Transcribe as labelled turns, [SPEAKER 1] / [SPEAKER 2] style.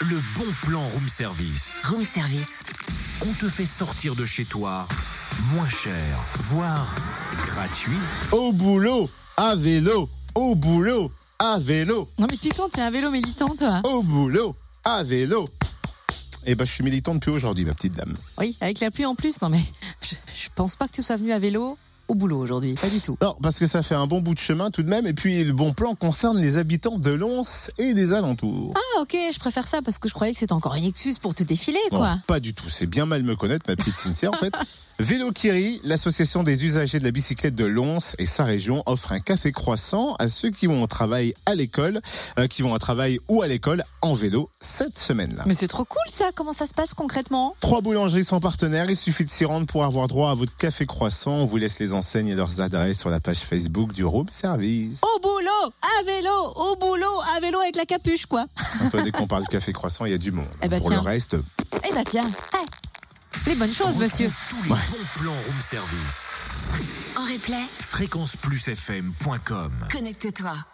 [SPEAKER 1] Le bon plan room service.
[SPEAKER 2] Room service.
[SPEAKER 1] On te fait sortir de chez toi moins cher, voire gratuit.
[SPEAKER 3] Au boulot, à vélo, au boulot, à vélo,
[SPEAKER 4] Non mais depuis quand t'es un vélo militant toi
[SPEAKER 3] au boulot, à vélo. Eh ben, je suis militant depuis aujourd'hui, ma petite dame.
[SPEAKER 4] Oui, avec la pluie en plus, non mais je, je pense pas que tu sois venu à vélo au boulot aujourd'hui, pas du tout.
[SPEAKER 3] Non, parce que ça fait un bon bout de chemin tout de même, et puis le bon plan concerne les habitants de Lons et des alentours.
[SPEAKER 4] Ah ok, je préfère ça parce que je croyais que c'était encore une excuse pour te défiler
[SPEAKER 3] Non,
[SPEAKER 4] Ah, quoi.
[SPEAKER 3] pas du tout, c'est bien mal me connaître, ma petite Cynthia, en fait. Vélo Kiri, l'association des usagers de la bicyclette de Lons et sa région, offre un café croissant à ceux qui vont au travail à l'école, euh, qui vont au travail ou à l'école en vélo cette semaine-là.
[SPEAKER 4] Mais c'est trop cool ça, comment ça se passe concrètement
[SPEAKER 3] Trois boulangeries sont partenaires, il suffit de s'y rendre pour avoir droit à votre café croissant. On vous laisse les enseignes et leurs adresses sur la page Facebook du Room Service.
[SPEAKER 4] Au boulot, à vélo, au boulot, à vélo avec la capuche quoi.
[SPEAKER 3] Un peu dès qu'on parle de café croissant, il y a du monde.
[SPEAKER 4] Eh ben
[SPEAKER 3] pour
[SPEAKER 4] tiens.
[SPEAKER 3] le reste,
[SPEAKER 4] Eh bah tiens, eh, les bonnes choses monsieur.
[SPEAKER 1] Retrouve tous les bons plans room service.
[SPEAKER 2] En replay,
[SPEAKER 1] Fréquenceplusfm.com
[SPEAKER 2] connecte-toi.